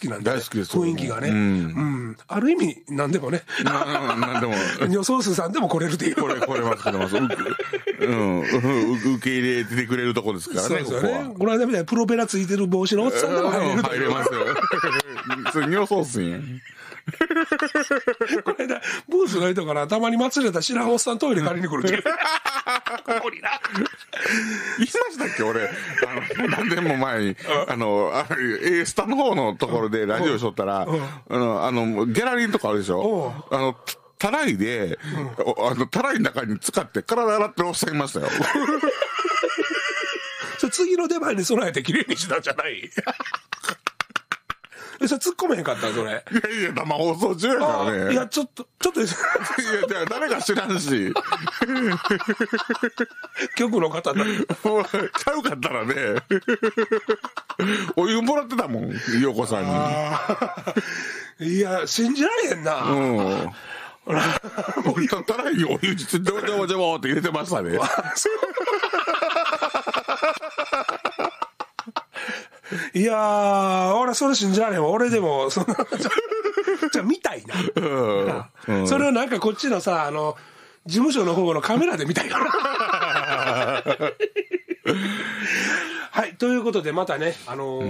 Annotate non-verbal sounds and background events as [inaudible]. きなんで、ね、大好きですよ雰囲気がね、ううんんある意味、なんでもね、ななんでも、予想数さんでも来れると [laughs] いう。これ、これます、これます。ううん、う受け入れてくれるとこですからそうでね、こすこよはね。。この間みたいにプロペラついてる帽子のおっさんでも入れると入いうれますよ。それ、尿ソースやこの間、ブースの人からたまに祭りだったら知らんおっさんトイレ借りに来るっていう。ここにな。言いましたっけ俺、あの、何年も前に、あの、あれ、A スタの方のところでラジオしとったら、あの、あの、ギャラリーのとこあるでしょあの、たらいで、おあの、たらいの中に使って体洗っておっしゃいましたよ。それ次の出番に備えて綺麗にしたんじゃない [laughs] えそれ突っ込めへんかったそれ。いやいや、生放送中やかあらね。いいや、や、ちょっと、ちょっと、 [laughs] いや誰か知らんし、局の方だ。もうちゃうかったらね、お湯もらってたもん、陽子さん [laughs] に。いや、信じられへんな。うん。俺たたらいにお湯実どうでもでもって入れてましたね。いやー、俺それ信じられへんわ。俺でも、そんな、 [laughs] じゃあ見たいな。うん。それをなんかこっちのさ、あの、事務所の方のカメラで見たい [laughs] から。はい、ということでまたね、あのー